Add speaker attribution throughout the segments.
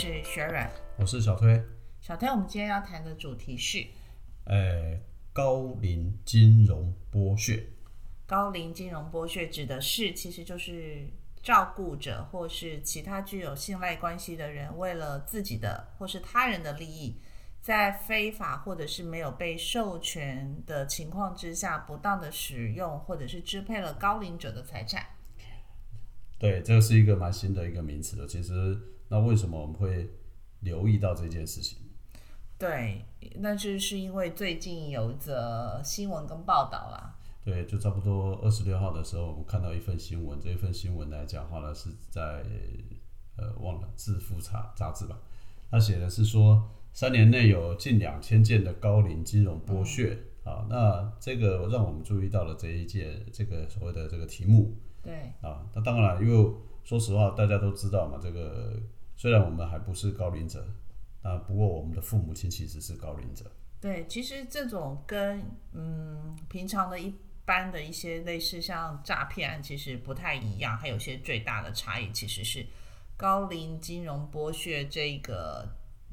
Speaker 1: Karen，
Speaker 2: 我是小推。
Speaker 1: 小推，我们今天要谈的主题是
Speaker 2: 哎，高龄金融剥削，
Speaker 1: 高龄金融剥削，指的是其实就是照顾者或是其他具有信赖关系的人，为了自己的或是他人的利益，在非法或者是没有被授权的情况之下，不当的使用或者是支配了高龄者的财产。
Speaker 2: 对，这是一个蛮新的一个名词的。其实，那为什么我们会留意到这件事情？
Speaker 1: 对，那就是因为最近有一则新闻跟报道啦，
Speaker 2: 对，就差不多二十六号的时候，我们看到一份新闻。这一份新闻来讲的话呢，是在呃忘了《致富杂杂志》吧，它写的是说，三年内有近两千件的高龄金融剥削、啊。那这个让我们注意到了这一届这个所谓的这个题目
Speaker 1: 对，
Speaker 2: 啊。那当然，因为说实话，大家都知道嘛，这个虽然我们还不是高龄者，啊，不过我们的父母亲其实是高龄者。
Speaker 1: 对，其实这种跟嗯平常的一般的一些类似像诈骗案其实不太一样，还有些最大的差异其实是高龄金融剥削这个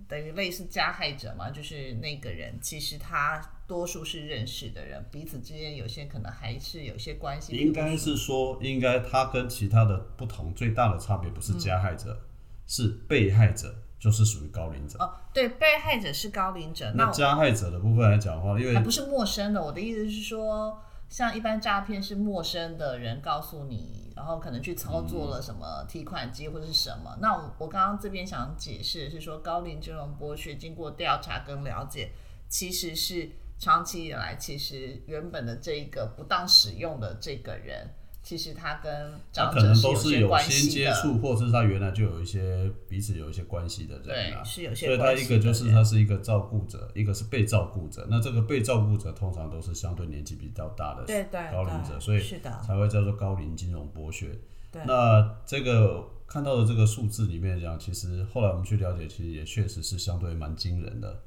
Speaker 1: 等于类似加害者嘛，就是那个人其实他多数是认识的人，彼此之间有些可能还是有些关系，
Speaker 2: 应该是说，应该他跟其他的不同，最大的差别不是
Speaker 1: 嗯
Speaker 2: 加害者，是被害者，就是属于高龄者。
Speaker 1: 哦，对，被害者是高龄者，那
Speaker 2: 那
Speaker 1: 我
Speaker 2: 加害者的部分来讲的话，因
Speaker 1: 还
Speaker 2: 为
Speaker 1: 不是陌生的。我的意思是说，像一般诈骗是陌生的人告诉你，然后可能去操作
Speaker 2: 嗯
Speaker 1: 了什么提款机或者是什么。那我我刚刚这边想解释的是说，高龄金融剥削经过调查跟了解，其实是长期以来，其实原本的这一个不当使用的这个人，其实他跟
Speaker 2: 他
Speaker 1: 长
Speaker 2: 可
Speaker 1: 者
Speaker 2: 能
Speaker 1: 是
Speaker 2: 都
Speaker 1: 些
Speaker 2: 有
Speaker 1: 关
Speaker 2: 先
Speaker 1: 系
Speaker 2: 接
Speaker 1: 的，
Speaker 2: 触，啊或是他原来就有一些彼此有一些关系的人
Speaker 1: 对，
Speaker 2: 啊。
Speaker 1: 是有
Speaker 2: 所
Speaker 1: 些
Speaker 2: 以他
Speaker 1: 关
Speaker 2: 一
Speaker 1: 系
Speaker 2: 个
Speaker 1: 的
Speaker 2: 就是
Speaker 1: 人
Speaker 2: 他是一个照顾者，一个是被照顾者。那这个被照顾者通常都是相对年纪比较大的
Speaker 1: 对对
Speaker 2: 高龄
Speaker 1: 对
Speaker 2: 者，所以
Speaker 1: 是的，
Speaker 2: 才会叫做高龄金融剥削。
Speaker 1: 对
Speaker 2: 那这个看到的这个数字里面讲，其实后来我们去了解，其实也确实是相对蛮惊人的。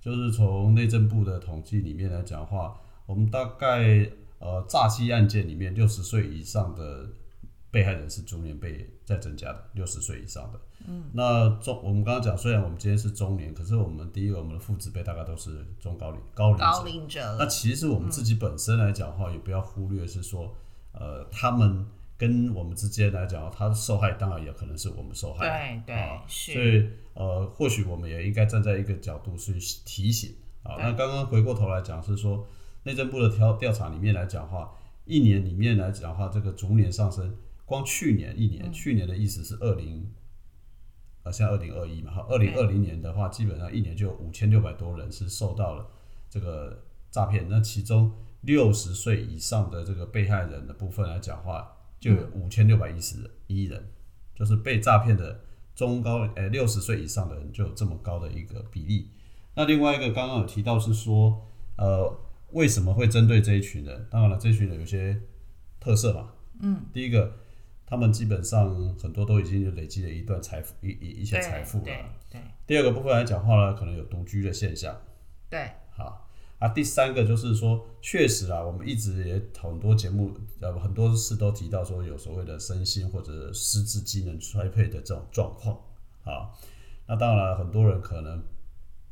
Speaker 2: 就是从内政部的统计里面来讲的话，我们大概呃诈欺案件里面，六十岁以上的被害人是逐年被在增加的，六十岁以上的。嗯，那中我们刚刚讲，虽然我们今天是中年，可是我们第一个我们的父子辈大概都是中高龄高龄者
Speaker 1: 高龄者了
Speaker 2: 那其实我们自己本身来讲的话，也不要忽略是说，呃，他们跟我们之间来讲，他受害当然也可能是我们受害，
Speaker 1: 对对、
Speaker 2: 啊
Speaker 1: 是。
Speaker 2: 所以呃，或许我们也应该站在一个角度去提醒啊。
Speaker 1: 对
Speaker 2: 那刚刚回过头来讲是说，内政部的调调查里面来讲的话，一年里面来讲的话，这个逐年上升，光去年一年，去年的意思是二零。呃，现在二零二一嘛，哈，二零二零年的话，基本上一年就有五千六百多人是受到了这个诈骗。那其中六十岁以上的这个被害人的部分来讲话，就有五千六百一十一人，就是被诈骗的中高呃六十岁以上的人就有这么高的一个比例。那另外一个刚刚有提到是说，呃，为什么会针对这一群人？当然了，这一群人有些特色嘛，嗯，第一个。他们基本上很多都已经累积了一段财富，一一一些
Speaker 1: 对
Speaker 2: 财富啊
Speaker 1: 对
Speaker 2: 了。
Speaker 1: 对
Speaker 2: 第二个部分来讲话呢，可能有独居的现象，
Speaker 1: 对，
Speaker 2: 好啊，第三个就是说，确实啊，我们一直也很多节目呃很多次都提到说有所谓的身心或者失智机能衰退的这种状况啊。那当然了，很多人可能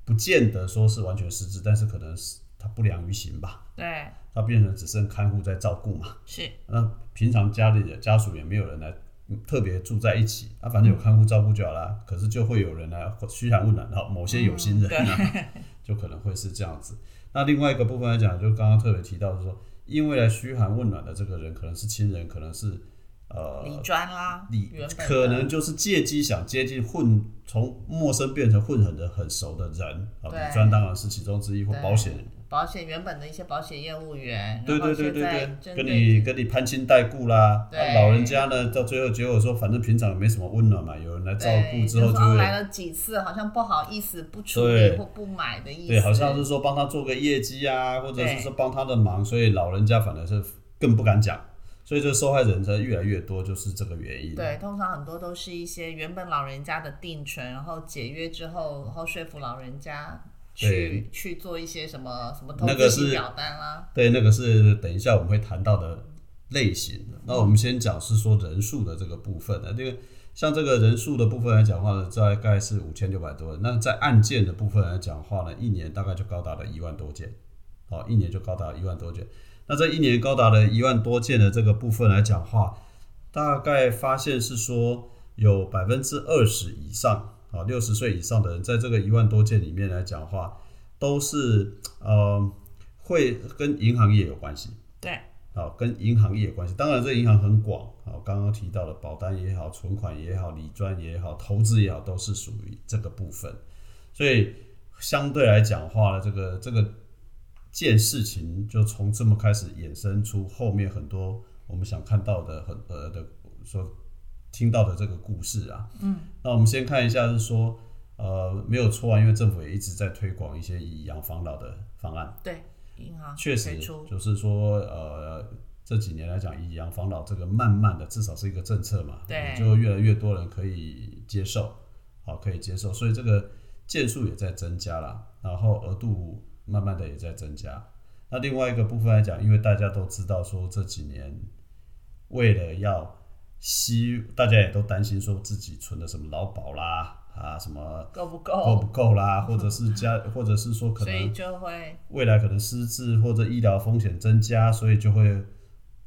Speaker 2: 不见得说是完全失智，但是可能是他不良于行吧，
Speaker 1: 对，
Speaker 2: 他变成只剩看护在照顾嘛。
Speaker 1: 是，
Speaker 2: 那平常家里的家属也没有人来嗯特别住在一起，啊，反正有看护照顾就好啦。可是就会有人来嘘寒问暖，然后某些有心人
Speaker 1: 嗯
Speaker 2: 啊，就可能会是这样子。那另外一个部分来讲，就刚刚特别提到的说，因为来嘘寒问暖的这个人，可能是亲人，可能是呃
Speaker 1: 理专啦，
Speaker 2: 你
Speaker 1: 原本的
Speaker 2: 可能就是借机想接近混，从陌生变成混很的很熟的人啊，
Speaker 1: 对
Speaker 2: 李专当然是其中之一，或
Speaker 1: 对
Speaker 2: 保险人
Speaker 1: 保险原本的一些保险业务员，
Speaker 2: 对
Speaker 1: 然后
Speaker 2: 对对
Speaker 1: 现在
Speaker 2: 对对，
Speaker 1: 针
Speaker 2: 跟
Speaker 1: 对
Speaker 2: 你跟你攀亲带故啦，
Speaker 1: 对
Speaker 2: 啊、老人家呢，到最后结果说，反正平常也没什么温暖嘛，有人来照
Speaker 1: 对
Speaker 2: 顾之后
Speaker 1: 就
Speaker 2: 就
Speaker 1: 说
Speaker 2: 会，
Speaker 1: 来了几次，好像不好意思不处理
Speaker 2: 对
Speaker 1: 或不买的意思，
Speaker 2: 对，好像是说帮他做个业绩啊，或者
Speaker 1: 对
Speaker 2: 是说帮他的忙，所以老人家反而是更不敢讲，所以这受害人才越来越多，就是这个原因。
Speaker 1: 对，通常很多都是一些原本老人家的定存，然后解约之后，然后说服老人家去去做一些什么什么投
Speaker 2: 那个
Speaker 1: 资型
Speaker 2: 是
Speaker 1: 表单啦，
Speaker 2: 对，那个是等一下我们会谈到的类型。那我们先讲是说人数的这个部分那这个像这个人数的部分来讲的话呢，大概是五千六百多人。那在案件的部分来讲的话呢，一年大概就高达了一万多件，哦，一年就高达一万多件。那这一年高达了一万多件的这个部分来讲的话，大概发现是说有百分之二十以上啊，六十岁以上的人，在这个一万多件里面来讲的话，都是呃会跟银行业有关系。
Speaker 1: 对，
Speaker 2: 好，跟银行业有关系。当然，这银行很广，好，刚刚提到的保单也好，存款也好，理专也好，投资也好，都是属于这个部分。所以相对来讲的话呢，这个这个件事情就从这么开始衍生出后面很多我们想看到的很呃的所听到的这个故事啊。嗯，那我们先看一下是说。呃，没有错啊，因为政府也一直在推广一些以养防老的方案。
Speaker 1: 对，银行
Speaker 2: 确实
Speaker 1: 推出，
Speaker 2: 就是说，呃，这几年来讲，以养防老这个慢慢的，至少是一个政策嘛，
Speaker 1: 对
Speaker 2: 也就越来越多人可以接受，好，可以接受，所以这个件数也在增加啦，然后额度慢慢的也在增加。那另外一个部分来讲，因为大家都知道说这几年为了要希，大家也都担心说自己存的什么劳保啦，啊什么
Speaker 1: 够不够？
Speaker 2: 够不够啦，或者是家，或者是说可
Speaker 1: 哦所
Speaker 2: 能
Speaker 1: 以就会
Speaker 2: 未来可能失智或者医疗风险增加，所以就会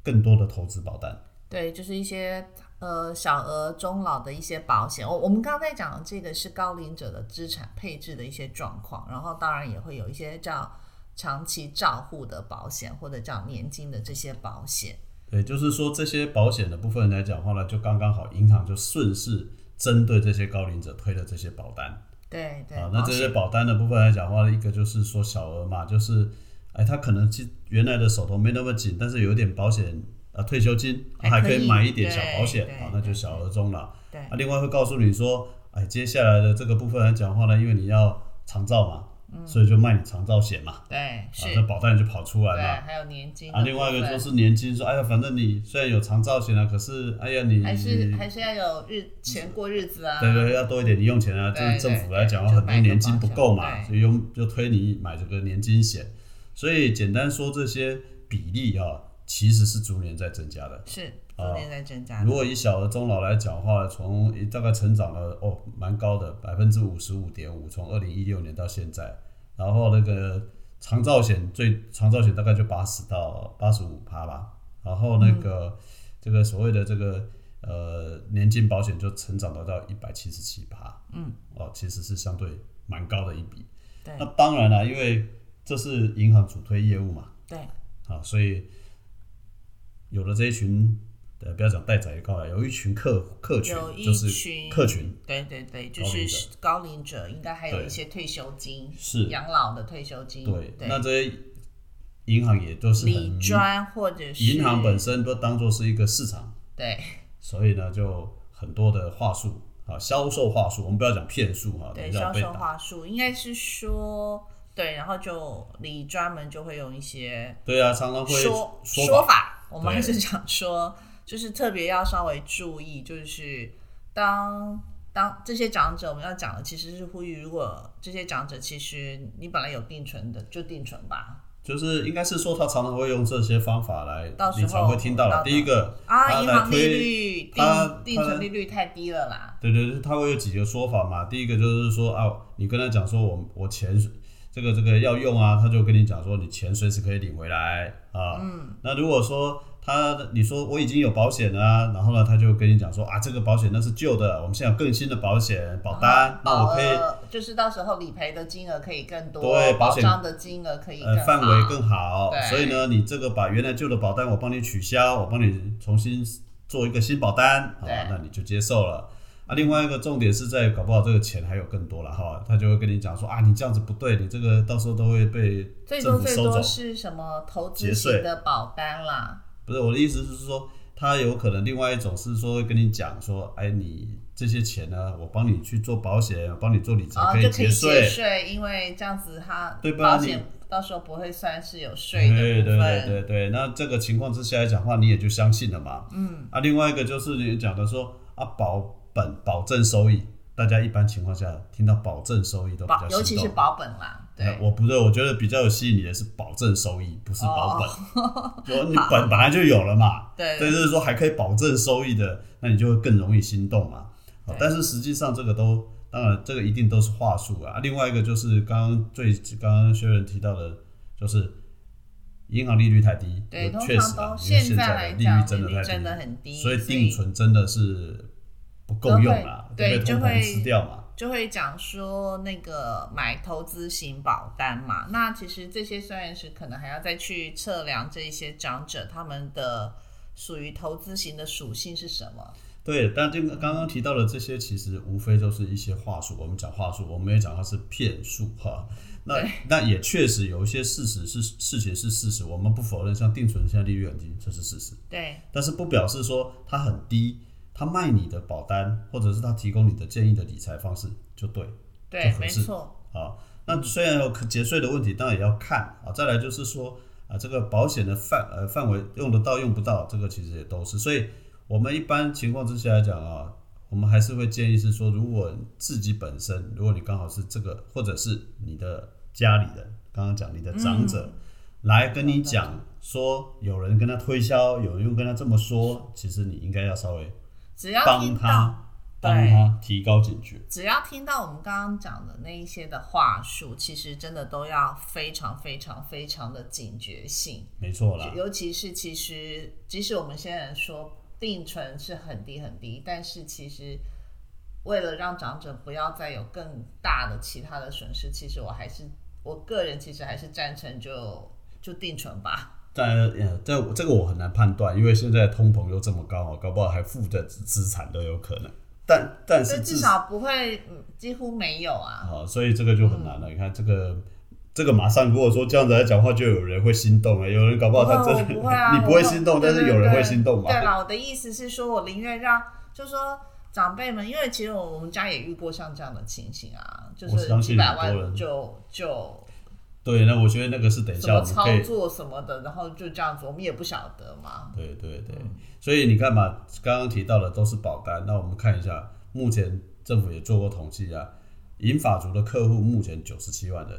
Speaker 2: 更多的投资保单。
Speaker 1: 对，就是一些呃小额中老的一些保险。我我们刚才讲的这个是高龄者的资产配置的一些状况，然后当然也会有一些叫长期照护的保险或者叫年金的这些保险。
Speaker 2: 对，就是说这些保险的部分来讲的话呢，就刚刚好，银行就顺势针对这些高龄者推了这些保单。
Speaker 1: 对对，
Speaker 2: 啊，那
Speaker 1: 保
Speaker 2: 这些
Speaker 1: 险
Speaker 2: 保单的部分来讲的话，一个就是说小额嘛，就是哎，他可能其原来的手头没那么紧，但是有一点保险啊，退休金、啊
Speaker 1: 还
Speaker 2: 还
Speaker 1: 可
Speaker 2: 可
Speaker 1: 以
Speaker 2: 以买一点
Speaker 1: 对
Speaker 2: 小保险
Speaker 1: 对
Speaker 2: 啊，那就
Speaker 1: 对
Speaker 2: 小额中了。
Speaker 1: 对
Speaker 2: 啊，另外会告诉你说，哎，接下来的这个部分来讲的话呢，因为你要长照嘛，所以就卖你长照险嘛，
Speaker 1: 对
Speaker 2: 啊
Speaker 1: 嗯是，，
Speaker 2: 那保单就跑出
Speaker 1: 对，
Speaker 2: 来嘛。
Speaker 1: 还有年金的
Speaker 2: 啊，另外一
Speaker 1: 部
Speaker 2: 个
Speaker 1: 分
Speaker 2: 就是年金，说哎呀，反正你虽然有长照险啊，可是哎呀，你
Speaker 1: 还是还是要有日钱过日子啊。
Speaker 2: 对对，要多一点零用钱啊。就
Speaker 1: 对
Speaker 2: 是政府来讲，很多年金不够嘛，
Speaker 1: 对
Speaker 2: 所以用就推你买这个年金险。所以简单说，这些比例啊，其实是逐年在增加的。
Speaker 1: 是
Speaker 2: 啊
Speaker 1: 逐年在增加的。
Speaker 2: 如果以小额中老来讲的话，从大概成长了哦，蛮高的，百分之五十五点五，从二零一六年到现在。然后那个长照险最长照险大概就八十到八十五趴吧。然后那个、这个所谓的这个呃年金保险就成长到到一百七十七趴，嗯，哦，其实是相对蛮高的一笔。
Speaker 1: 对
Speaker 2: 那当然啦，因为这是银行主推业务嘛，
Speaker 1: 对
Speaker 2: 啊，所以有了这一群，呃，不要讲待宰的高了，有一群客客群
Speaker 1: 有，一
Speaker 2: 就是
Speaker 1: 群
Speaker 2: 客群
Speaker 1: 对对对，就
Speaker 2: 高龄
Speaker 1: 是高龄者应该还有
Speaker 2: 对
Speaker 1: 一些退休金，
Speaker 2: 是
Speaker 1: 养老的退休金。
Speaker 2: 对，那这些银行也都是
Speaker 1: 理
Speaker 2: 很，
Speaker 1: 专或者是
Speaker 2: 银行本身都当做是一个市场，
Speaker 1: 对
Speaker 2: 所以呢，就很多的话术啊，销售话术，我们不要讲骗术哈，等
Speaker 1: 对
Speaker 2: 一下
Speaker 1: 销
Speaker 2: 被
Speaker 1: 售
Speaker 2: 打。
Speaker 1: 话术，应该是说对，然后就理专门就会用一些
Speaker 2: 对啊，常常会
Speaker 1: 说
Speaker 2: 说
Speaker 1: 说
Speaker 2: 法
Speaker 1: 法，我们
Speaker 2: 对
Speaker 1: 还是讲说，就是特别要稍微注意，就是当当这些长者，我们要讲的其实是呼吁，如果这些长者其实你本来有定存的，就定存吧。
Speaker 2: 就是应该是说他常常会用这些方法来
Speaker 1: 到，时候
Speaker 2: 你常会听到
Speaker 1: 到
Speaker 2: 了。
Speaker 1: 的
Speaker 2: 第一个
Speaker 1: 啊，
Speaker 2: 他
Speaker 1: 银
Speaker 2: 来
Speaker 1: 行利
Speaker 2: 推
Speaker 1: 率、
Speaker 2: 他
Speaker 1: 定定存利率太低了啦。
Speaker 2: 对对对，他会有几个说法嘛。第一个就是说啊，你跟他讲说我我钱这个这个要用啊，他就跟你讲说你钱随时可以领回来啊。嗯。那如果说他你说我已经有保险了啊、然后呢他就跟你讲说啊，这个保险那是旧的，我们现在有更新的保险保单，那我可以
Speaker 1: 呃，就是到时候理赔的金额可以更多，
Speaker 2: 对保
Speaker 1: 保
Speaker 2: 险
Speaker 1: 障的金额可以
Speaker 2: 呃
Speaker 1: 更
Speaker 2: 范围
Speaker 1: 好
Speaker 2: 更好
Speaker 1: 对。
Speaker 2: 所以呢，你这个把原来旧的保单我帮你取消，我帮你重新做一个新保单，好
Speaker 1: 对
Speaker 2: 吧？那你就接受了。啊，另外一个重点是在搞不好这个钱还有更多了哈，他就会跟你讲说啊，你这样子不对，你这个到时候都会被
Speaker 1: 最多
Speaker 2: 政府
Speaker 1: 最
Speaker 2: 收走
Speaker 1: 多。是什么投资
Speaker 2: 节税
Speaker 1: 型的保单啦？
Speaker 2: 不是我的意思是说，他有可能另外一种是说会跟你讲说，哎，你这些钱呢，我帮你去做保险，我帮你做理财，
Speaker 1: 哦，
Speaker 2: 以
Speaker 1: 就可
Speaker 2: 节
Speaker 1: 以
Speaker 2: 税
Speaker 1: 节。税，因为这样子它
Speaker 2: 对吧
Speaker 1: 保险到时候不会算是有税
Speaker 2: 嗯
Speaker 1: 的
Speaker 2: 对
Speaker 1: 部
Speaker 2: 对
Speaker 1: 分。
Speaker 2: 对对对，那这个情况之下来讲话，你也就相信了嘛。嗯。啊，另外一个就是你讲的说啊，保本保证收益，大家一般情况下听到保证收益都比
Speaker 1: 保
Speaker 2: 较
Speaker 1: 尤其
Speaker 2: 心
Speaker 1: 是
Speaker 2: 动。
Speaker 1: 保本啦，
Speaker 2: 呃
Speaker 1: 对，
Speaker 2: 我不对，我觉得比较有吸引你的是保证收益，不是保本。
Speaker 1: 哦
Speaker 2: 就你本本来就有了嘛，
Speaker 1: 对
Speaker 2: 所以就是说还可以保证收益的，那你就会更容易心动嘛。好但是实际上这个都当然这个一定都是话术啊。另外一个就是刚刚最刚刚薛仁提到的，就是银行利率太低，
Speaker 1: 对，通
Speaker 2: 确实
Speaker 1: 常都，
Speaker 2: 啊因为
Speaker 1: 现
Speaker 2: 现
Speaker 1: 在
Speaker 2: 在
Speaker 1: 来
Speaker 2: 的利
Speaker 1: 讲
Speaker 2: 率真的
Speaker 1: 利率
Speaker 2: 太低，
Speaker 1: 真的很低，
Speaker 2: 所以
Speaker 1: 所
Speaker 2: 定存真的是不够用啊，
Speaker 1: 都会对
Speaker 2: 被通
Speaker 1: 就会
Speaker 2: 膨吃掉嘛。
Speaker 1: 就会讲说那个买投资型保单嘛，那其实这些虽然是可能还要再去测量这一些长者他们的属于投资型的属性是什么，
Speaker 2: 对，但这个刚刚提到的这些，其实无非就是一些话术。我们讲话术，我们也讲它是骗术哈。那那也确实有一些事实是事情是事实，我们不否认。像定存现在利率很低，这是事实，
Speaker 1: 对
Speaker 2: 但是不表示说它很低，它卖你的保单，或者是它提供你的建议的理财方式就对。
Speaker 1: 对
Speaker 2: 就，合
Speaker 1: 没
Speaker 2: 适
Speaker 1: 错，
Speaker 2: 啊。那虽然有可节税的问题，当然也要看啊。再来就是说啊，这个保险的范呃范围用得到用不到，这个其实也都是。所以我们一般情况之下来讲啊，我们还是会建议是说，如果自己本身，如果你刚好是这个，或者是你的家里人，刚刚讲你的长者。来跟你讲说，有人跟他推销，有人又跟他这么说，其实你应该要稍微
Speaker 1: 只要
Speaker 2: 帮
Speaker 1: 听到。
Speaker 2: 他，
Speaker 1: 对
Speaker 2: 帮他提高警觉。
Speaker 1: 只要听到我们刚刚讲的那一些的话术，其实真的都要非常非常非常的警觉性。
Speaker 2: 没错啦，
Speaker 1: 尤其是其实，即使我们现在说定存是很低很低，但是其实为了让长者不要再有更大的其他的损失，其实我还是我个人其实还是赞成就就定存吧。
Speaker 2: 但呃，这这个我很难判断，因为现在通膨又这么高，啊搞不好还负的资产都有可能。但但
Speaker 1: 所
Speaker 2: 是
Speaker 1: 以至少不会，嗯，几乎没有啊。
Speaker 2: 好，所以这个就很难了。你看这个这个马上如果说这样子来讲话，就有人会心动了，有人搞不好他真的
Speaker 1: 我不会啊，
Speaker 2: 你不会心动，
Speaker 1: 对
Speaker 2: 但
Speaker 1: 对
Speaker 2: 是有人
Speaker 1: 对
Speaker 2: 会心动嘛？
Speaker 1: 对啦，我的意思是说，我宁愿让，就说长辈们，因为其实我我们家也遇过像这样的情形啊，就
Speaker 2: 我
Speaker 1: 是
Speaker 2: 相
Speaker 1: 几
Speaker 2: 信
Speaker 1: 百
Speaker 2: 很多
Speaker 1: 万
Speaker 2: 人
Speaker 1: 就就
Speaker 2: 对，那我觉得那个是等一
Speaker 1: 什
Speaker 2: 下
Speaker 1: 么
Speaker 2: 我们可
Speaker 1: 操
Speaker 2: 以
Speaker 1: 作什么的，然后就这样子，我们也不晓得嘛。
Speaker 2: 对对对，所以你看嘛，刚刚提到的都是保单，那我们看一下，目前政府也做过统计啊，银发族的客户目前九十七万人，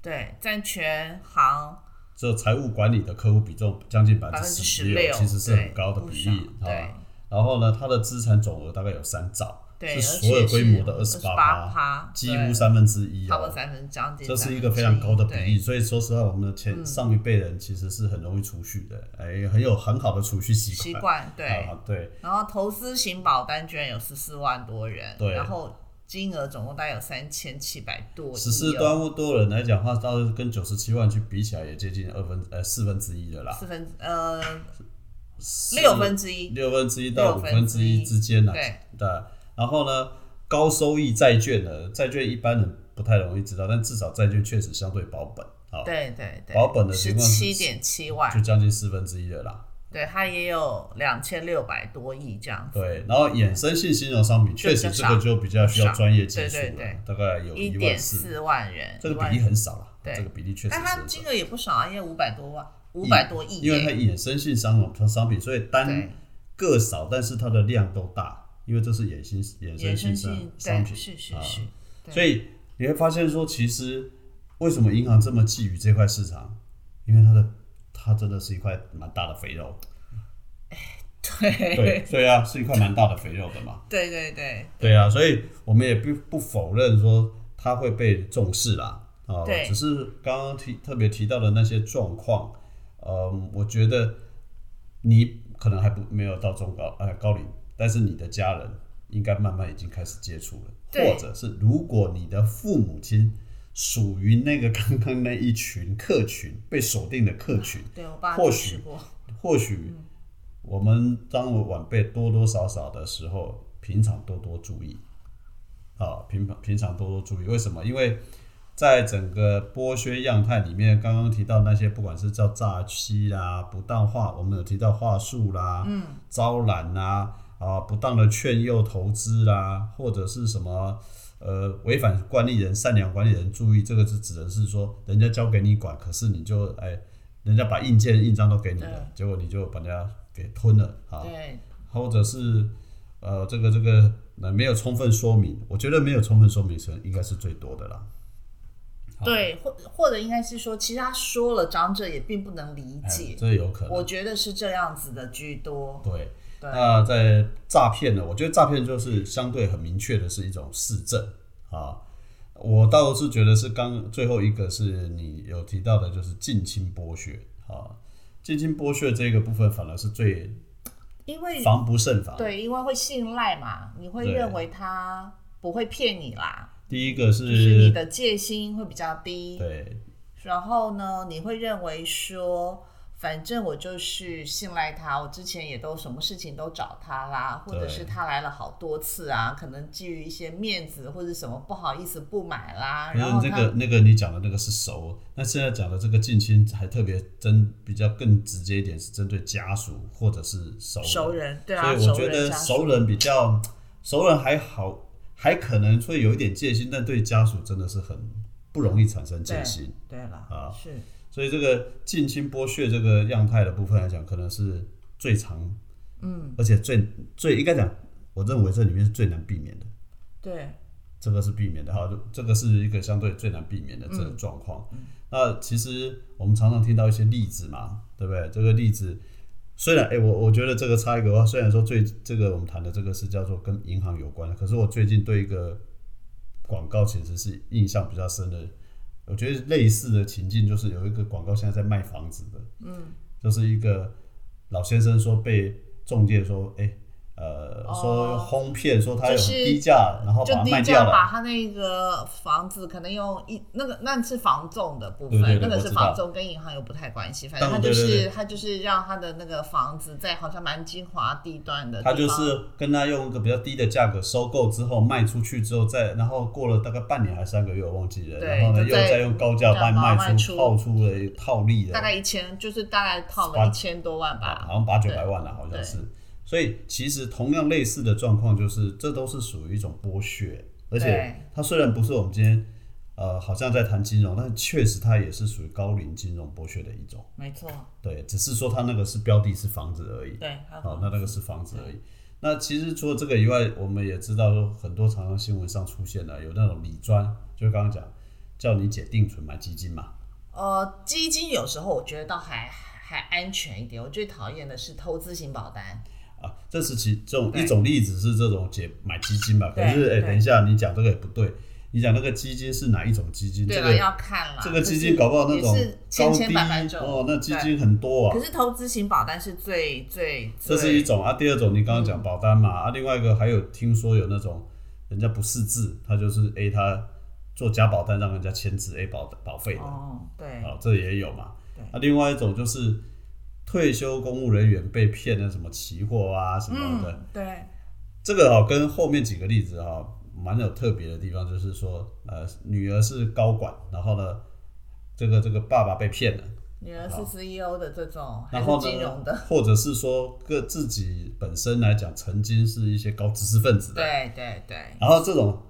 Speaker 1: 对，在全行
Speaker 2: 只有财务管理的客户比重将近百
Speaker 1: 百
Speaker 2: 分
Speaker 1: 分之
Speaker 2: 之啊十
Speaker 1: 十六，
Speaker 2: 其实是
Speaker 1: 对
Speaker 2: 很高的
Speaker 1: 不
Speaker 2: 比
Speaker 1: 少
Speaker 2: 例
Speaker 1: 对
Speaker 2: 啊。然后呢，它的资产总额大概有三兆，
Speaker 1: 对，
Speaker 2: 是所有规模的二十
Speaker 1: 八
Speaker 2: 八
Speaker 1: 趴，
Speaker 2: 几
Speaker 1: 对
Speaker 2: 乎三分之一
Speaker 1: 差不多
Speaker 2: 哦，
Speaker 1: 三分将近
Speaker 2: 这
Speaker 1: 三分之，
Speaker 2: 是一个非常高的比
Speaker 1: 对
Speaker 2: 例。所以说实话，我们的前上一辈人其实是很容易储蓄的，哎，很有很好的储蓄习
Speaker 1: 习
Speaker 2: 惯。
Speaker 1: 惯，对。
Speaker 2: 啊，对，
Speaker 1: 然后投资型保单居然有十四万多人，
Speaker 2: 对
Speaker 1: 然后金额总共大概有三千七百多亿哦，
Speaker 2: 十四端多人来讲的话，到时候跟九十七万去比起来，也接近二分呃四分之一的啦，
Speaker 1: 四分呃
Speaker 2: 四
Speaker 1: 六分之一，
Speaker 2: 啊六分之一到五
Speaker 1: 六分
Speaker 2: 分
Speaker 1: 之
Speaker 2: 之
Speaker 1: 一
Speaker 2: 一之间呢、
Speaker 1: 对
Speaker 2: 对，然后呢，高收益债券呢，债券一般人不太容易知道，但至少债券确实相对保本，好，
Speaker 1: 对对对，
Speaker 2: 保本的
Speaker 1: 十
Speaker 2: 情况是
Speaker 1: 七点七
Speaker 2: 就
Speaker 1: 万，
Speaker 2: 将近四分之一的啦。
Speaker 1: 对，它也有两千六百多亿这样子，
Speaker 2: 对，然后衍生性金融商品确实这个就比较需要专业技术
Speaker 1: 对
Speaker 2: 了
Speaker 1: 对对，
Speaker 2: 大概有
Speaker 1: 一
Speaker 2: 一
Speaker 1: 点
Speaker 2: 万四，
Speaker 1: 四万人，
Speaker 2: 这个
Speaker 1: 1万
Speaker 2: 比例很少了，
Speaker 1: 对
Speaker 2: 这个比例确实是
Speaker 1: 但
Speaker 2: 很少。
Speaker 1: 它金额也不少啊，因为五百多万，五百多亿耶，
Speaker 2: 因为它衍生性商品商品，所以
Speaker 1: 对
Speaker 2: 单个少，但是它的量都大，因为这是衍生衍
Speaker 1: 衍生
Speaker 2: 生
Speaker 1: 性
Speaker 2: 性
Speaker 1: 对
Speaker 2: 商商品，
Speaker 1: 是是
Speaker 2: 啊
Speaker 1: 是，对
Speaker 2: 所以你会发现说，其实为什么银行这么觊觎这块市场？因为它的它真的是一块蛮大的肥肉，
Speaker 1: 对
Speaker 2: 对对啊，是一块蛮大的肥肉的嘛，
Speaker 1: 对对对
Speaker 2: 对啊，所以我们也不不否认说它会被重视啦，啊
Speaker 1: 对，
Speaker 2: 只是刚刚提特别提到的那些状况，嗯，我觉得你可能还不没有到中高呃高龄，但是你的家人应该慢慢已经开始接触了，
Speaker 1: 对
Speaker 2: 或者是如果你的父母亲属于那个刚刚那一群客群被锁定的客群，
Speaker 1: 对，我爸
Speaker 2: 或
Speaker 1: 就
Speaker 2: 许
Speaker 1: 试过，
Speaker 2: 或许我们当我晚辈多多少少的时候，平常多多注意啊，平平常多多注意。为什么？因为在整个剥削样态里面，刚刚提到那些，不管是叫诈欺啦、不当话，我们有提到话术啦，嗯，招揽啦，啊，不当的劝诱投资啦，或者是什么。呃，违反管理人、善良管理人注意，这个是指的是说，人家交给你管，可是你就哎，人家把硬件、印章都给你了，结果你就把人家给吞了啊，
Speaker 1: 对
Speaker 2: 或者是呃，这个这个呃没有充分说明，我觉得没有充分说明是应该是最多的啦。好
Speaker 1: 对，或或者应该是说，其实他说了，长者也并不能理
Speaker 2: 哎
Speaker 1: 解，
Speaker 2: 这有可能
Speaker 1: 我。觉得是这样子的居多。
Speaker 2: 对，
Speaker 1: 对
Speaker 2: 那在诈骗呢，我觉得诈骗就是相对很明确的是一种市政啊。我倒是觉得是刚最后一个是你有提到的，就是近亲剥削啊，近亲剥削这个部分反而是最
Speaker 1: 因为
Speaker 2: 防不胜防。
Speaker 1: 对，因为会信赖嘛，你会
Speaker 2: 对
Speaker 1: 认为他不会骗你啦，
Speaker 2: 第一个
Speaker 1: 就是你的戒心会比较低。
Speaker 2: 对
Speaker 1: 然后呢，你会认为说，反正我就是信赖他，我之前也都什么事情都找他啦，或者
Speaker 2: 对
Speaker 1: 是他来了好多次啊，可能基于一些面子或者什么不好意思不买啦，
Speaker 2: 可是
Speaker 1: 啊然后
Speaker 2: 那
Speaker 1: 他、
Speaker 2: 个那个你讲的那个是熟，那现在讲的这个近亲还特别针比较更直接一点，是针对家属或者是熟人
Speaker 1: 熟人对啊，
Speaker 2: 所以我
Speaker 1: 熟
Speaker 2: 觉
Speaker 1: 人
Speaker 2: 得
Speaker 1: 家
Speaker 2: 熟
Speaker 1: 属
Speaker 2: 人比较熟人还好，还可能会有一点戒心，但对家属真的是很不容易产生戒心。
Speaker 1: 对啦，
Speaker 2: 啊
Speaker 1: 是
Speaker 2: 所以这个近亲剥削这个样态的部分来讲，可能是最常，嗯，而且最最应该讲，我认为这里面是最难避免的。
Speaker 1: 对
Speaker 2: 这个是避免的哈，就这个是一个相对最难避免的这个
Speaker 1: 嗯
Speaker 2: 状况。那其实我们常常听到一些例子嘛，对不对？这个例子虽然哎、我我觉得这个插一个话，虽然说最这个我们谈的这个是叫做跟银行有关的，可是我最近对一个广告其实是印象比较深的，我觉得类似的情境就是有一个广告现在在卖房子的，嗯，就是一个老先生说被中介说哎。呃，说
Speaker 1: 哦
Speaker 2: 哄骗，说他有
Speaker 1: 就
Speaker 2: 很
Speaker 1: 是
Speaker 2: 低价，然后
Speaker 1: 就
Speaker 2: 把它
Speaker 1: 低
Speaker 2: 卖掉
Speaker 1: 价
Speaker 2: 了。
Speaker 1: 把他那个房子可能用一那个那是房仲的部分，
Speaker 2: 对对对
Speaker 1: 那个
Speaker 2: 我
Speaker 1: 是
Speaker 2: 知道
Speaker 1: 房仲跟银行有不太关系，反正
Speaker 2: 当
Speaker 1: 他就是
Speaker 2: 对对对
Speaker 1: 他就是让他的那个房子在好像蛮精华地段的地
Speaker 2: 他
Speaker 1: 方，
Speaker 2: 就是跟他用一个比较低的价格收购之后卖出去之后再，然后过了大概半年还是三个月，我忘记了，
Speaker 1: 对
Speaker 2: 然后呢
Speaker 1: 就
Speaker 2: 又
Speaker 1: 再
Speaker 2: 再用高价
Speaker 1: 再把它
Speaker 2: 卖
Speaker 1: 卖
Speaker 2: 出，
Speaker 1: 出
Speaker 2: 套出了套利了，
Speaker 1: 大概一千，就是大概套了
Speaker 2: 八
Speaker 1: 一千多万
Speaker 2: 啊
Speaker 1: 吧，
Speaker 2: 好像八九百万了，好
Speaker 1: 对
Speaker 2: 像是。所以其实同样类似的状况，就是这都是属于一种剥削，而
Speaker 1: 对
Speaker 2: 且它虽然不是我们今天呃好像在谈金融，但确实它也是属于高龄金融剥削的一种。
Speaker 1: 没错，
Speaker 2: 对，只是说它那个是标的是房子而已。
Speaker 1: 对，还有
Speaker 2: 好，那那个是房子而已。那其实除了这个以外，我们也知道说很多常常新闻上出现的有那种理专，就是刚刚讲叫你姐定存买基金嘛，
Speaker 1: 呃，基金有时候我觉得倒还还安全一点，我最讨厌的是投资型保单，
Speaker 2: 啊，这是其这种
Speaker 1: 对
Speaker 2: 一种例子是这种姐买基金嘛。可
Speaker 1: 对
Speaker 2: 是哎、
Speaker 1: 对
Speaker 2: 等一下你讲这个也不对，你讲那个基金是哪一种基金？
Speaker 1: 对
Speaker 2: 这
Speaker 1: 了，
Speaker 2: 个
Speaker 1: 要看啦，
Speaker 2: 这个基
Speaker 1: 就
Speaker 2: 金
Speaker 1: 是
Speaker 2: 搞不好那
Speaker 1: 也
Speaker 2: 种
Speaker 1: 是
Speaker 2: 高
Speaker 1: 千千
Speaker 2: 低
Speaker 1: 百百种
Speaker 2: 哦，那基
Speaker 1: 对
Speaker 2: 金很多啊
Speaker 1: 可。是投资型保单是最最，
Speaker 2: 这
Speaker 1: 最
Speaker 2: 是一种啊，第二种你刚刚讲保单嘛、啊，另外一个还有听说有那种人家不识字，他就是 A 他做假保单让人家签字 A 保保费的，
Speaker 1: 哦，对，
Speaker 2: 啊，这也有嘛
Speaker 1: 对。
Speaker 2: 啊，另外一种就是退休公务人员被骗的什么期货啊什么的，
Speaker 1: 嗯，对，
Speaker 2: 这个哦跟后面几个例子哈、蛮有特别的地方，就是说呃女儿是高管，然后呢这个这个爸爸被骗了，
Speaker 1: 女儿是 CEO 的这种，还
Speaker 2: 然
Speaker 1: 是
Speaker 2: 后
Speaker 1: 金融
Speaker 2: 呢
Speaker 1: 的，
Speaker 2: 或者是说各自己本身来讲曾经是一些高知识分子的，
Speaker 1: 对对对，
Speaker 2: 然后这种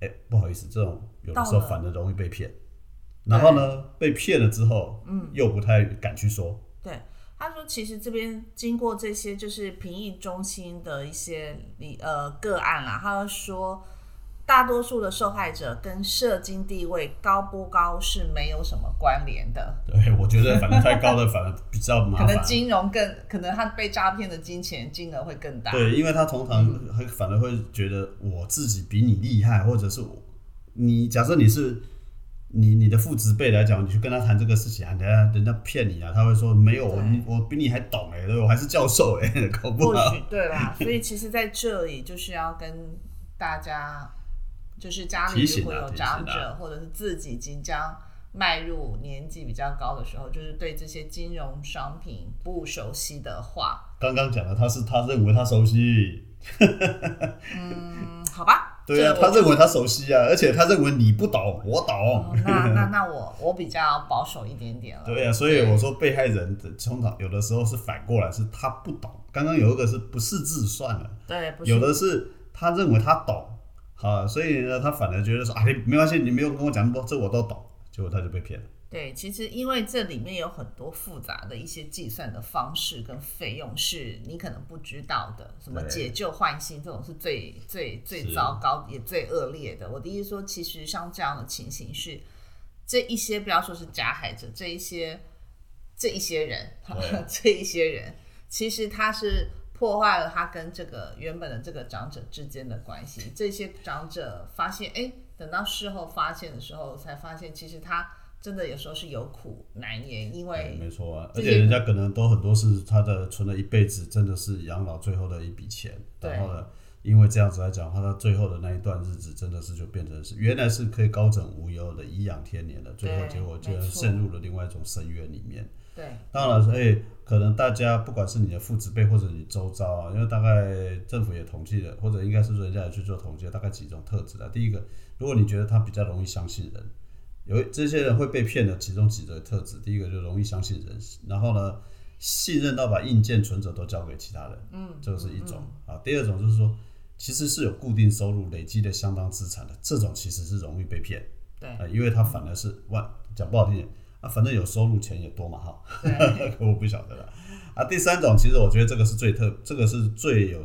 Speaker 2: 哎不好意思，这种有的时候
Speaker 1: 到了
Speaker 2: 反而容易被骗，然后呢被骗了之后，嗯，又不太敢去说。
Speaker 1: 对，他说其实这边经过这些就是评议中心的一些理呃个案啦，他说大多数的受害者跟社经地位高不高是没有什么关联的，
Speaker 2: 对，我觉得反正太高 了，反而比较麻
Speaker 1: 可
Speaker 2: 烦啊
Speaker 1: 能。金融更可能他被诈骗的金钱金额会更大，嗯
Speaker 2: 对，因为他通常会反而会觉得我自己比你厉害，或者是我你假设你是你你的父职辈来讲，你去跟他谈这个事情啊，人家人家骗你啊，他会说没有我
Speaker 1: 对
Speaker 2: 我比你还懂哎、对我还是教授哎、 搞不
Speaker 1: 或
Speaker 2: 好
Speaker 1: 许对啦，所以其实在这里就是要跟大家，就是家里
Speaker 2: 提醒
Speaker 1: 如果
Speaker 2: 啊
Speaker 1: 有
Speaker 2: 提醒
Speaker 1: 长
Speaker 2: 啊
Speaker 1: 者、或者是自己即将迈入年纪比较高的时候，就是对这些金融商品不熟悉的话，
Speaker 2: 刚刚讲的他是他认为他熟悉，
Speaker 1: 嗯，好吧，
Speaker 2: 对啊，
Speaker 1: 这
Speaker 2: 他
Speaker 1: 我就
Speaker 2: 认为他熟悉啊，而且他认为你不懂，我
Speaker 1: 哦
Speaker 2: 懂。
Speaker 1: 那那那我我比较保守一点点了，
Speaker 2: 对呀、所以我说被害人的通常有的时候是反过来，是他不懂。刚刚有一个是不是自算了，
Speaker 1: 对，不是
Speaker 2: 有的是他认为他懂，啊，所以呢，他反而觉得说啊，你没关系，你没有跟我讲那么多，这我都懂，结果他就被骗了。
Speaker 1: 对，其实因为这里面有很多复杂的一些计算的方式跟费用是你可能不知道的，什么
Speaker 2: 对
Speaker 1: 解救换新这种是最最最
Speaker 2: 是
Speaker 1: 糟糕也最恶劣的。我的意思说，其实像这样的情形是这一些不要说是加害者， 这一些这一些人
Speaker 2: 对，
Speaker 1: 这一些人其实他是破坏了他跟这个原本的这个长者之间的关系。这些长者发现，哎，等到事后发现的时候，才发现其实他真的有时候是有苦难言，因
Speaker 2: 对，
Speaker 1: 为
Speaker 2: 没错啊，
Speaker 1: 这
Speaker 2: 而
Speaker 1: 些
Speaker 2: 且人家可能都很多是他的存了一辈子，真的是养老最后的一笔钱，
Speaker 1: 对
Speaker 2: 然后呢，因为这样子来讲的话，他最后的那一段日子真的是就变成是原来是可以高枕无忧的颐养天年的，最后
Speaker 1: 对
Speaker 2: 结果居然
Speaker 1: 没错
Speaker 2: 陷入了另外一种深渊里面。
Speaker 1: 对
Speaker 2: 当然，所以可能大家不管是你的父子辈或者你周遭啊，因为大概政府也统计了，或者应该是说人家也去做统计了，大概几种特质啊。第一个，如果你觉得他比较容易相信人，有这些人会被骗的其中几个特质，第一个就容易相信人，然后呢，信任到把硬件存折都交给其他人，嗯，这个是一种、啊。第二种就是说，其实是有固定收入、累积的相当资产的，这种其实是容易被骗。
Speaker 1: 对
Speaker 2: 呃，因为他反而是万讲不好听点，啊，反正有收入钱也多嘛哈， 我不晓得了。啊，第三种其实我觉得这个是最特，这个是最有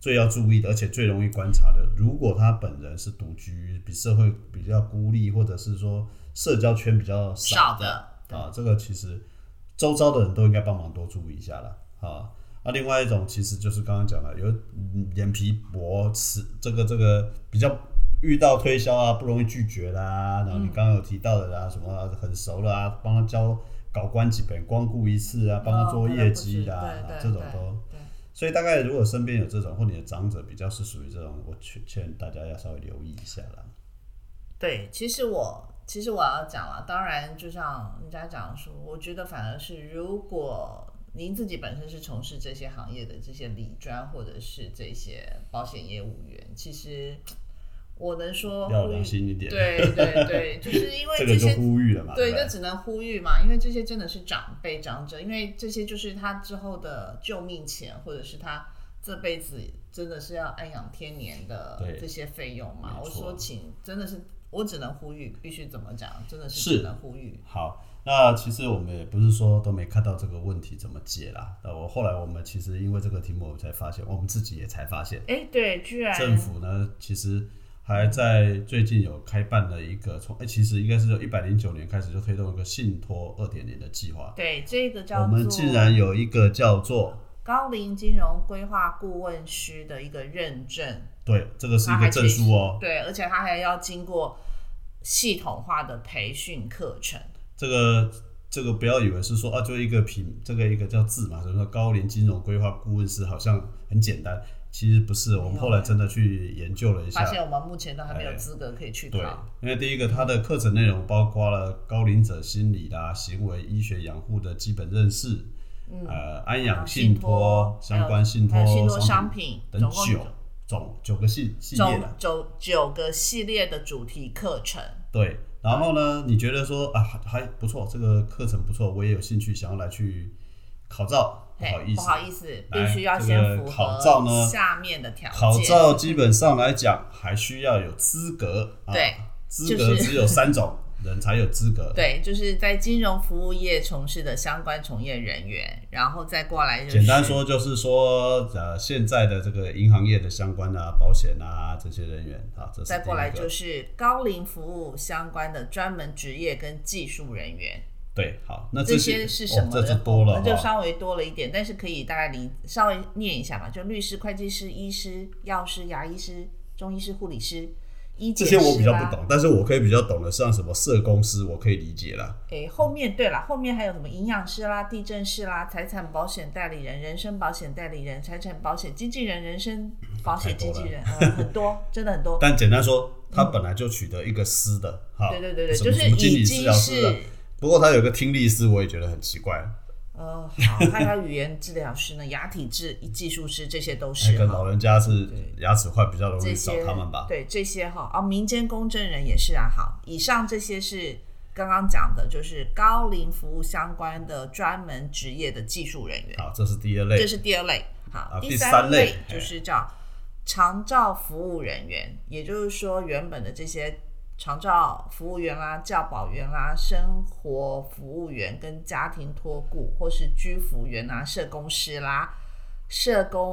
Speaker 2: 最要注意的，而且最容易观察的。如果他本人是独居，比社会比较孤立，或者是说社交圈比较
Speaker 1: 少
Speaker 2: 的
Speaker 1: 的，
Speaker 2: 啊，这个其实周遭的人都应该帮忙多注意一下了啊。那、另外一种其实就是刚刚讲的，有嗯脸皮薄，吃这个这个比较遇到推销啊，不容易拒绝啦。然后
Speaker 1: 嗯
Speaker 2: 你刚刚有提到的啦，什么很熟了啊，帮他教搞关几本，光顾一次啊，帮他做业绩啦，
Speaker 1: 哦
Speaker 2: 啊
Speaker 1: 对对
Speaker 2: 这种
Speaker 1: 对
Speaker 2: 都。
Speaker 1: 对
Speaker 2: 所以大概如果身边有这种，或你的长者比较是属于这种，我劝劝大家要稍微留意一下啦。
Speaker 1: 对，其实我其实我要讲了，当然就像人家讲说，我觉得反而是如果您自己本身是从事这些行业的这些理专或者是这些保险业务员，其实我能说
Speaker 2: 要
Speaker 1: 呼
Speaker 2: 良
Speaker 1: 吁，
Speaker 2: 心一点，
Speaker 1: 对对对，就是因为 这
Speaker 2: 这个就
Speaker 1: 些
Speaker 2: 呼吁了嘛，
Speaker 1: 对，
Speaker 2: 不
Speaker 1: 就只能呼吁嘛，因为这些真的是长辈长者，因为这些就是他之后的救命钱，或者是他这辈子真的是要安养天年的
Speaker 2: 对
Speaker 1: 这些费用嘛。
Speaker 2: 没
Speaker 1: 我
Speaker 2: 错
Speaker 1: 说请，真的是我只能呼吁，必须怎么讲，真的
Speaker 2: 是
Speaker 1: 是只能呼吁。
Speaker 2: 好，那其实我们也不是说都没看到这个问题怎么解啦。那我后来我们其实因为这个题目，我才发现，我们自己也才发现，
Speaker 1: 哎，对，居然
Speaker 2: 政府呢其实还在最近有开办了一个从，哎，其实应该是一百零九年开始就推动一个信托二点零的计划。
Speaker 1: 对这个
Speaker 2: 我
Speaker 1: 叫
Speaker 2: 们
Speaker 1: 做
Speaker 2: 竟然有一个叫做
Speaker 1: 高龄金融规划顾问师的一个认证，
Speaker 2: 对，这个是一
Speaker 1: 它
Speaker 2: 个
Speaker 1: 还
Speaker 2: 证书哦。
Speaker 1: 对，而且他还要经过系统化的培训课程。
Speaker 2: 这个这个不要以为是说啊，就一个品，这个一个叫字嘛，就是说高龄金融规划顾问师好像很简单，其实不是。我们后来真的去研究了一下
Speaker 1: 发，现我们目前都还没有
Speaker 2: 哎
Speaker 1: 资格可以去
Speaker 2: 对
Speaker 1: 考。，
Speaker 2: 因为第一个它的课程内容包括了高龄者心理啦、行为医学养护的基本认识，
Speaker 1: 嗯
Speaker 2: 呃，安养信托
Speaker 1: 还有
Speaker 2: 相关信
Speaker 1: 还
Speaker 2: 托
Speaker 1: 有信托
Speaker 2: 商
Speaker 1: 商
Speaker 2: 品
Speaker 1: 品，
Speaker 2: 等
Speaker 1: 总共
Speaker 2: 九种九个系系列
Speaker 1: 总
Speaker 2: 的，
Speaker 1: 九九个系列的主题课程。
Speaker 2: 对。然后呢，你觉得说啊还还不错，这个课程不错，我也有兴趣想要来去考照，不
Speaker 1: 嘿
Speaker 2: 好意思，
Speaker 1: 不好意思，
Speaker 2: 来
Speaker 1: 必须要
Speaker 2: 这
Speaker 1: 先
Speaker 2: 个
Speaker 1: 符
Speaker 2: 考照
Speaker 1: 合
Speaker 2: 呢
Speaker 1: 下面的条件。
Speaker 2: 考照基本上来讲，还需要有资格。啊、
Speaker 1: 对，
Speaker 2: 资
Speaker 1: 就
Speaker 2: 格
Speaker 1: 是
Speaker 2: 只有三种人才有资格。，
Speaker 1: 对，就是在金融服务业从事的相关从业人员，然后再过来就是
Speaker 2: 简单说就是说，呃，现在的这个银行业的相关啊、保险啊这些人员啊，这是
Speaker 1: 再过来
Speaker 2: 第一个
Speaker 1: 就是高龄服务相关的专门职业跟技术人员，
Speaker 2: 对。好，那
Speaker 1: 这
Speaker 2: 些
Speaker 1: 些是什么
Speaker 2: 哦？
Speaker 1: 呢？
Speaker 2: 这就多了
Speaker 1: 那就
Speaker 2: 哈。
Speaker 1: 稍微多了一点，但是可以大概理稍微念一下吧。就律师、会计师、医师、药师、牙医师、中医师、护理师、医
Speaker 2: 这
Speaker 1: 检师啊
Speaker 2: 些我比较
Speaker 1: 啦
Speaker 2: 不。懂，但是我可以比较懂的，像什么社公司，我可以理解啦。
Speaker 1: 诶，后面对了，后面还有什么营养师啦、地震师啦、财产保险代理人、人身保险代理人、财产保险经纪人、人身保险
Speaker 2: 太多
Speaker 1: 经
Speaker 2: 了
Speaker 1: 纪人，呃、很多，真的很多。
Speaker 2: 但简单说，他本来就取得一个师的哈，
Speaker 1: 嗯对对对对，
Speaker 2: 什
Speaker 1: 就
Speaker 2: 么
Speaker 1: 是
Speaker 2: 什么经
Speaker 1: 已
Speaker 2: 理治疗
Speaker 1: 经
Speaker 2: 师啊的
Speaker 1: 是。
Speaker 2: 不过他有个听力师，我也觉得很奇怪。
Speaker 1: 呃，好，还有语言治疗师呢、牙体治技术师，这些都
Speaker 2: 那
Speaker 1: 是
Speaker 2: 个
Speaker 1: 哈
Speaker 2: 哎老人家是牙齿坏，比较容
Speaker 1: 这
Speaker 2: 易找
Speaker 1: 些
Speaker 2: 他们吧。
Speaker 1: 对这些哈啊、民间公证人也是啊。好，以上这些是刚刚讲的，就是高龄服务相关的专门职业的技术人员，
Speaker 2: 好，这是第二
Speaker 1: 这
Speaker 2: 类。
Speaker 1: 是第二类。好，
Speaker 2: 啊第
Speaker 1: 第
Speaker 2: 三
Speaker 1: 三
Speaker 2: 类嘿
Speaker 1: 就是叫长照服务人员，也就是说原本的这些。长照服务员啦、教保员啦、生活服务员跟家庭托顾，或是居服员啦、社工师啦、社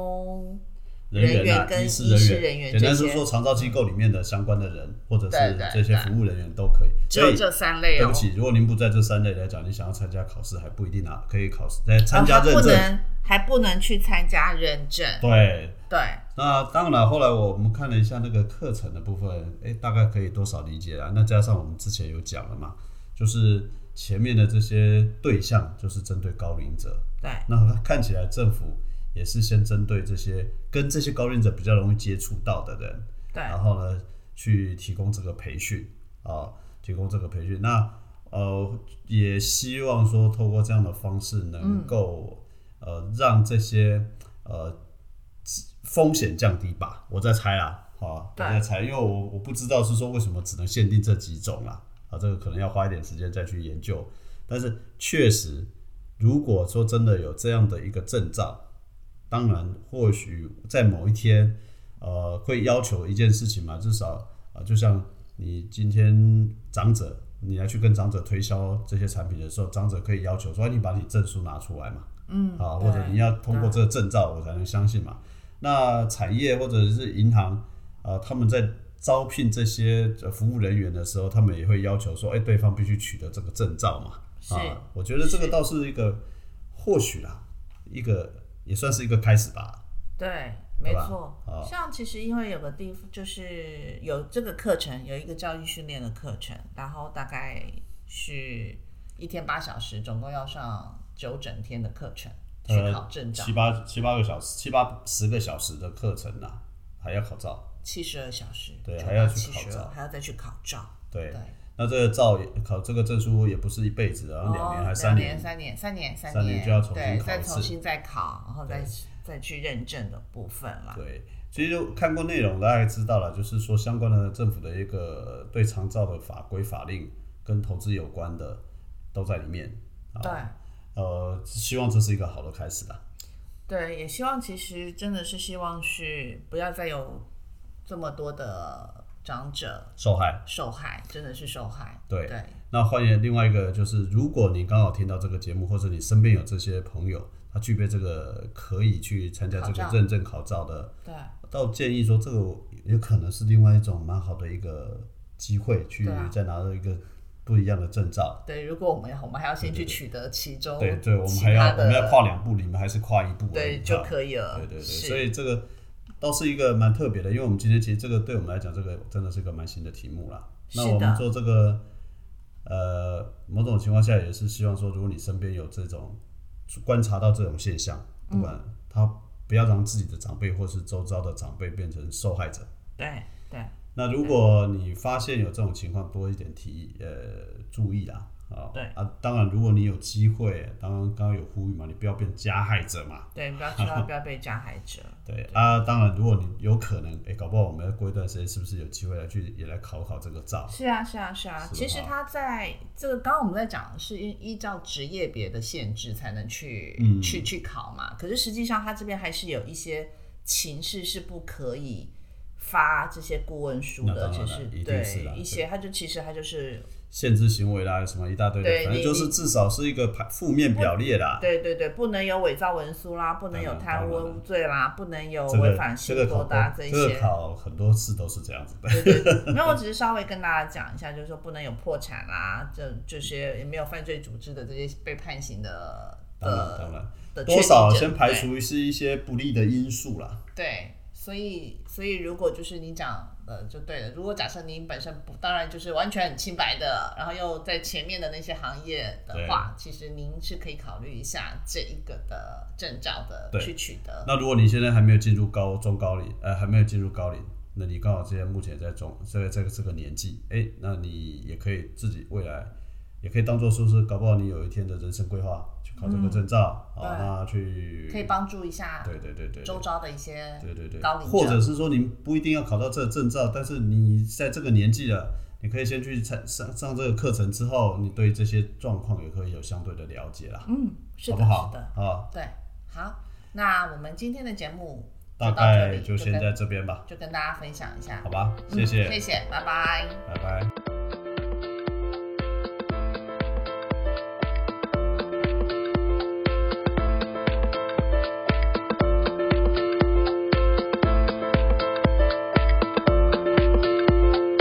Speaker 1: 工
Speaker 2: 人员啊，
Speaker 1: 人员跟
Speaker 2: 医师
Speaker 1: 医师
Speaker 2: 人
Speaker 1: 人员
Speaker 2: 员，简单是
Speaker 1: 这些
Speaker 2: 说，长照机构里面的相关的人，或者
Speaker 1: 对
Speaker 2: 是
Speaker 1: 对
Speaker 2: 这些
Speaker 1: 对
Speaker 2: 服务人员都可以。
Speaker 1: 只
Speaker 2: 所
Speaker 1: 有
Speaker 2: 以，
Speaker 1: 这三类哦。
Speaker 2: 哎对不起，如果您不在这三类来讲，你想要参加考试还不一定啊，可以考试，在参
Speaker 1: 呃
Speaker 2: 加
Speaker 1: 还
Speaker 2: 认
Speaker 1: 不
Speaker 2: 证
Speaker 1: 能，还不能去参加认证。
Speaker 2: 对，
Speaker 1: 对，
Speaker 2: 那当然，后来我们看了一下那个课程的部分，哎，大概可以多少理解啊？那加上我们之前有讲了嘛，就是前面的这些对象就是针对高龄者，
Speaker 1: 对，
Speaker 2: 那看起来政府也是先针对这些跟这些高龄者比较容易接触到的人，
Speaker 1: 对，
Speaker 2: 然后呢去提供这个培训啊，提供这个培训。那呃，也希望说透过这样的方式能够、呃让这些呃风险降低吧，我在猜啦。好，我
Speaker 1: 对
Speaker 2: 在猜，因为我我不知道是说为什么只能限定这几种啦，啊，这个可能要花一点时间再去研究。但是确实，如果说真的有这样的一个证照，当然或许在某一天，呃，会要求一件事情嘛，至少啊、呃就像你今天长者，你来去跟长者推销这些产品的时候，长者可以要求说，哎你把你证书拿出来嘛，
Speaker 1: 嗯，
Speaker 2: 啊，
Speaker 1: 对
Speaker 2: 或者你要通过这个证照，我才能相信嘛。那产业或者是银行，啊，他们在招聘这些呃服务人员的时候，他们也会要求说，哎，对方必须取得这个证照嘛。
Speaker 1: 是
Speaker 2: 啊，我觉得这个
Speaker 1: 是
Speaker 2: 倒是一个或许啦，一个也算是一个开始吧。
Speaker 1: 对，没
Speaker 2: 吧
Speaker 1: 错
Speaker 2: 啊。
Speaker 1: 像其实因为有个地方就是有这个课程，有一个教育训练的课程，然后大概是一天八小时，总共要上九整天的课程去考证照
Speaker 2: 呃七，八七八个小时，七八十个小时的课程啦、还要考照。
Speaker 1: 七十二小时，
Speaker 2: 对
Speaker 1: 总
Speaker 2: 还要
Speaker 1: 共
Speaker 2: 去考
Speaker 1: 72
Speaker 2: 照
Speaker 1: 还要再去考照。
Speaker 2: 对，
Speaker 1: 对，
Speaker 2: 那这个照也考这个证书也不是一辈子啊，然后两年
Speaker 1: 哦
Speaker 2: 还是
Speaker 1: 两
Speaker 2: 三
Speaker 1: 年，三年，三年，
Speaker 2: 三年就要重新
Speaker 1: 对，
Speaker 2: 考一
Speaker 1: 再
Speaker 2: 次
Speaker 1: 重新再考，然后再再去认证的部分啦。
Speaker 2: 对，其实看过内容，大概知道了，就是说相关的政府的一个呃对长照的法规法令跟投资有关的都在里面。啊
Speaker 1: 对。
Speaker 2: 呃，希望这是一个好的开始啦。
Speaker 1: 对，也希望其实真的是希望是不要再有这么多的长者
Speaker 2: 受害。
Speaker 1: 受害，真的是受害。
Speaker 2: 对
Speaker 1: 对
Speaker 2: 那换言另外一个就是，如果你刚好听到这个节目，或者你身边有这些朋友，他具备这个可以去参加这
Speaker 1: 考
Speaker 2: 个
Speaker 1: 照
Speaker 2: 认证考照的，
Speaker 1: 对
Speaker 2: 倒建议说这个有可能是另外一种蛮好的一个机会，去
Speaker 1: 对啊
Speaker 2: 再拿到一个不一样的证照。
Speaker 1: 对如果我们我们还要先去取得其中
Speaker 2: 对对，我们
Speaker 1: 其
Speaker 2: 还要
Speaker 1: 他
Speaker 2: 我们要
Speaker 1: 的
Speaker 2: 跨两步，你们还是跨一步而已，
Speaker 1: 对
Speaker 2: 这
Speaker 1: 就
Speaker 2: 样
Speaker 1: 可以了。
Speaker 2: 对对对，
Speaker 1: 是
Speaker 2: 所以这个倒是一个蛮特别的，因为我们今天其实这个对我们来讲，这个真的是一个蛮新的题目啦。
Speaker 1: 是
Speaker 2: 那
Speaker 1: 的
Speaker 2: 我们做这个，呃，某种情况下也是希望说，如果你身边有这种观察到这种现象，
Speaker 1: 嗯
Speaker 2: 不管他不要让自己的长辈或是周遭的长辈变成受害者。
Speaker 1: 对对
Speaker 2: 那如果你发现有这种情况，多一点提呃注意啦。啊、
Speaker 1: 对
Speaker 2: 啊，当然，如果你有机会，当然刚刚有呼吁嘛，你不要变加害者嘛。
Speaker 1: 对，不要千万不要被加害者。
Speaker 2: 对啊，当然，如果你有可能，哎、搞不好我们要过一段时间，是不是有机会来去也来考考这个照？
Speaker 1: 是啊，是啊，是啊。
Speaker 2: 是
Speaker 1: 其实
Speaker 2: 哈
Speaker 1: 他在这个，刚刚我们在讲的是依依照职业别的限制才能去、
Speaker 2: 嗯
Speaker 1: 去去考嘛。可是实际上，他这边还是有一些情势是不可以发这些顾问书
Speaker 2: 那
Speaker 1: 的，
Speaker 2: 当然
Speaker 1: 就
Speaker 2: 了
Speaker 1: 是
Speaker 2: 一定
Speaker 1: 对
Speaker 2: 是啦
Speaker 1: 一些，他就其实他就是
Speaker 2: 限制行为啦，什么一大堆的
Speaker 1: 对，
Speaker 2: 反正
Speaker 1: 你
Speaker 2: 就是
Speaker 1: 你
Speaker 2: 至少是一个排负面表列啦。
Speaker 1: 对对对，不能有伪造文书啦，不能有
Speaker 2: 当然
Speaker 1: 贪污
Speaker 2: 当然
Speaker 1: 污罪啦，不能有
Speaker 2: 这
Speaker 1: 违
Speaker 2: 个
Speaker 1: 反
Speaker 2: 这
Speaker 1: 信
Speaker 2: 个考
Speaker 1: 托的啊
Speaker 2: 多
Speaker 1: 这一
Speaker 2: 这个
Speaker 1: 些。
Speaker 2: 考很多次都是这样子的。
Speaker 1: 对对，没有，我只是稍微跟大家讲一下，就是说不能有破产啦、这这些也没有犯罪组织的这些被判刑的
Speaker 2: 当然
Speaker 1: 的
Speaker 2: 当然，
Speaker 1: 的确
Speaker 2: 多
Speaker 1: 定
Speaker 2: 少
Speaker 1: 者
Speaker 2: 先排除是一些不利的因素啦。
Speaker 1: 对对，所以所以如果就是你讲呃就对了，如果假设你本身不当然就是完全很清白的，然后又在前面的那些行业的话，其实您是可以考虑一下这一个的证照的
Speaker 2: 对
Speaker 1: 去取得，
Speaker 2: 那如果你现在还没有进入高中高龄，呃，还没有进入高龄，那你刚好现在目前在中这个这个这个年纪，哎，那你也可以自己未来也可以当做说是，搞不好你有一天的人生规划去考这个证照、
Speaker 1: 嗯
Speaker 2: 啊，
Speaker 1: 对
Speaker 2: 那去
Speaker 1: 可以帮助一下
Speaker 2: 对对对对
Speaker 1: 周遭的一些
Speaker 2: 对对对，
Speaker 1: 高龄
Speaker 2: 或
Speaker 1: 者
Speaker 2: 者是说你不一定要考到这个证照，但是你在这个年纪了，你可以先去参上上这个课程之后，你对这些状况也可以有相对的了解啦，
Speaker 1: 嗯，是
Speaker 2: 好
Speaker 1: 的，
Speaker 2: 不好
Speaker 1: 是的，？
Speaker 2: 啊，
Speaker 1: 对，好，那我们今天的节目
Speaker 2: 大
Speaker 1: 到这
Speaker 2: 概
Speaker 1: 里
Speaker 2: 就
Speaker 1: 就
Speaker 2: 先
Speaker 1: 跟
Speaker 2: 在这边吧，
Speaker 1: 就跟大家分享一下
Speaker 2: 好，吧，
Speaker 1: 嗯
Speaker 2: 谢谢，
Speaker 1: 谢谢，拜拜。
Speaker 2: 拜拜。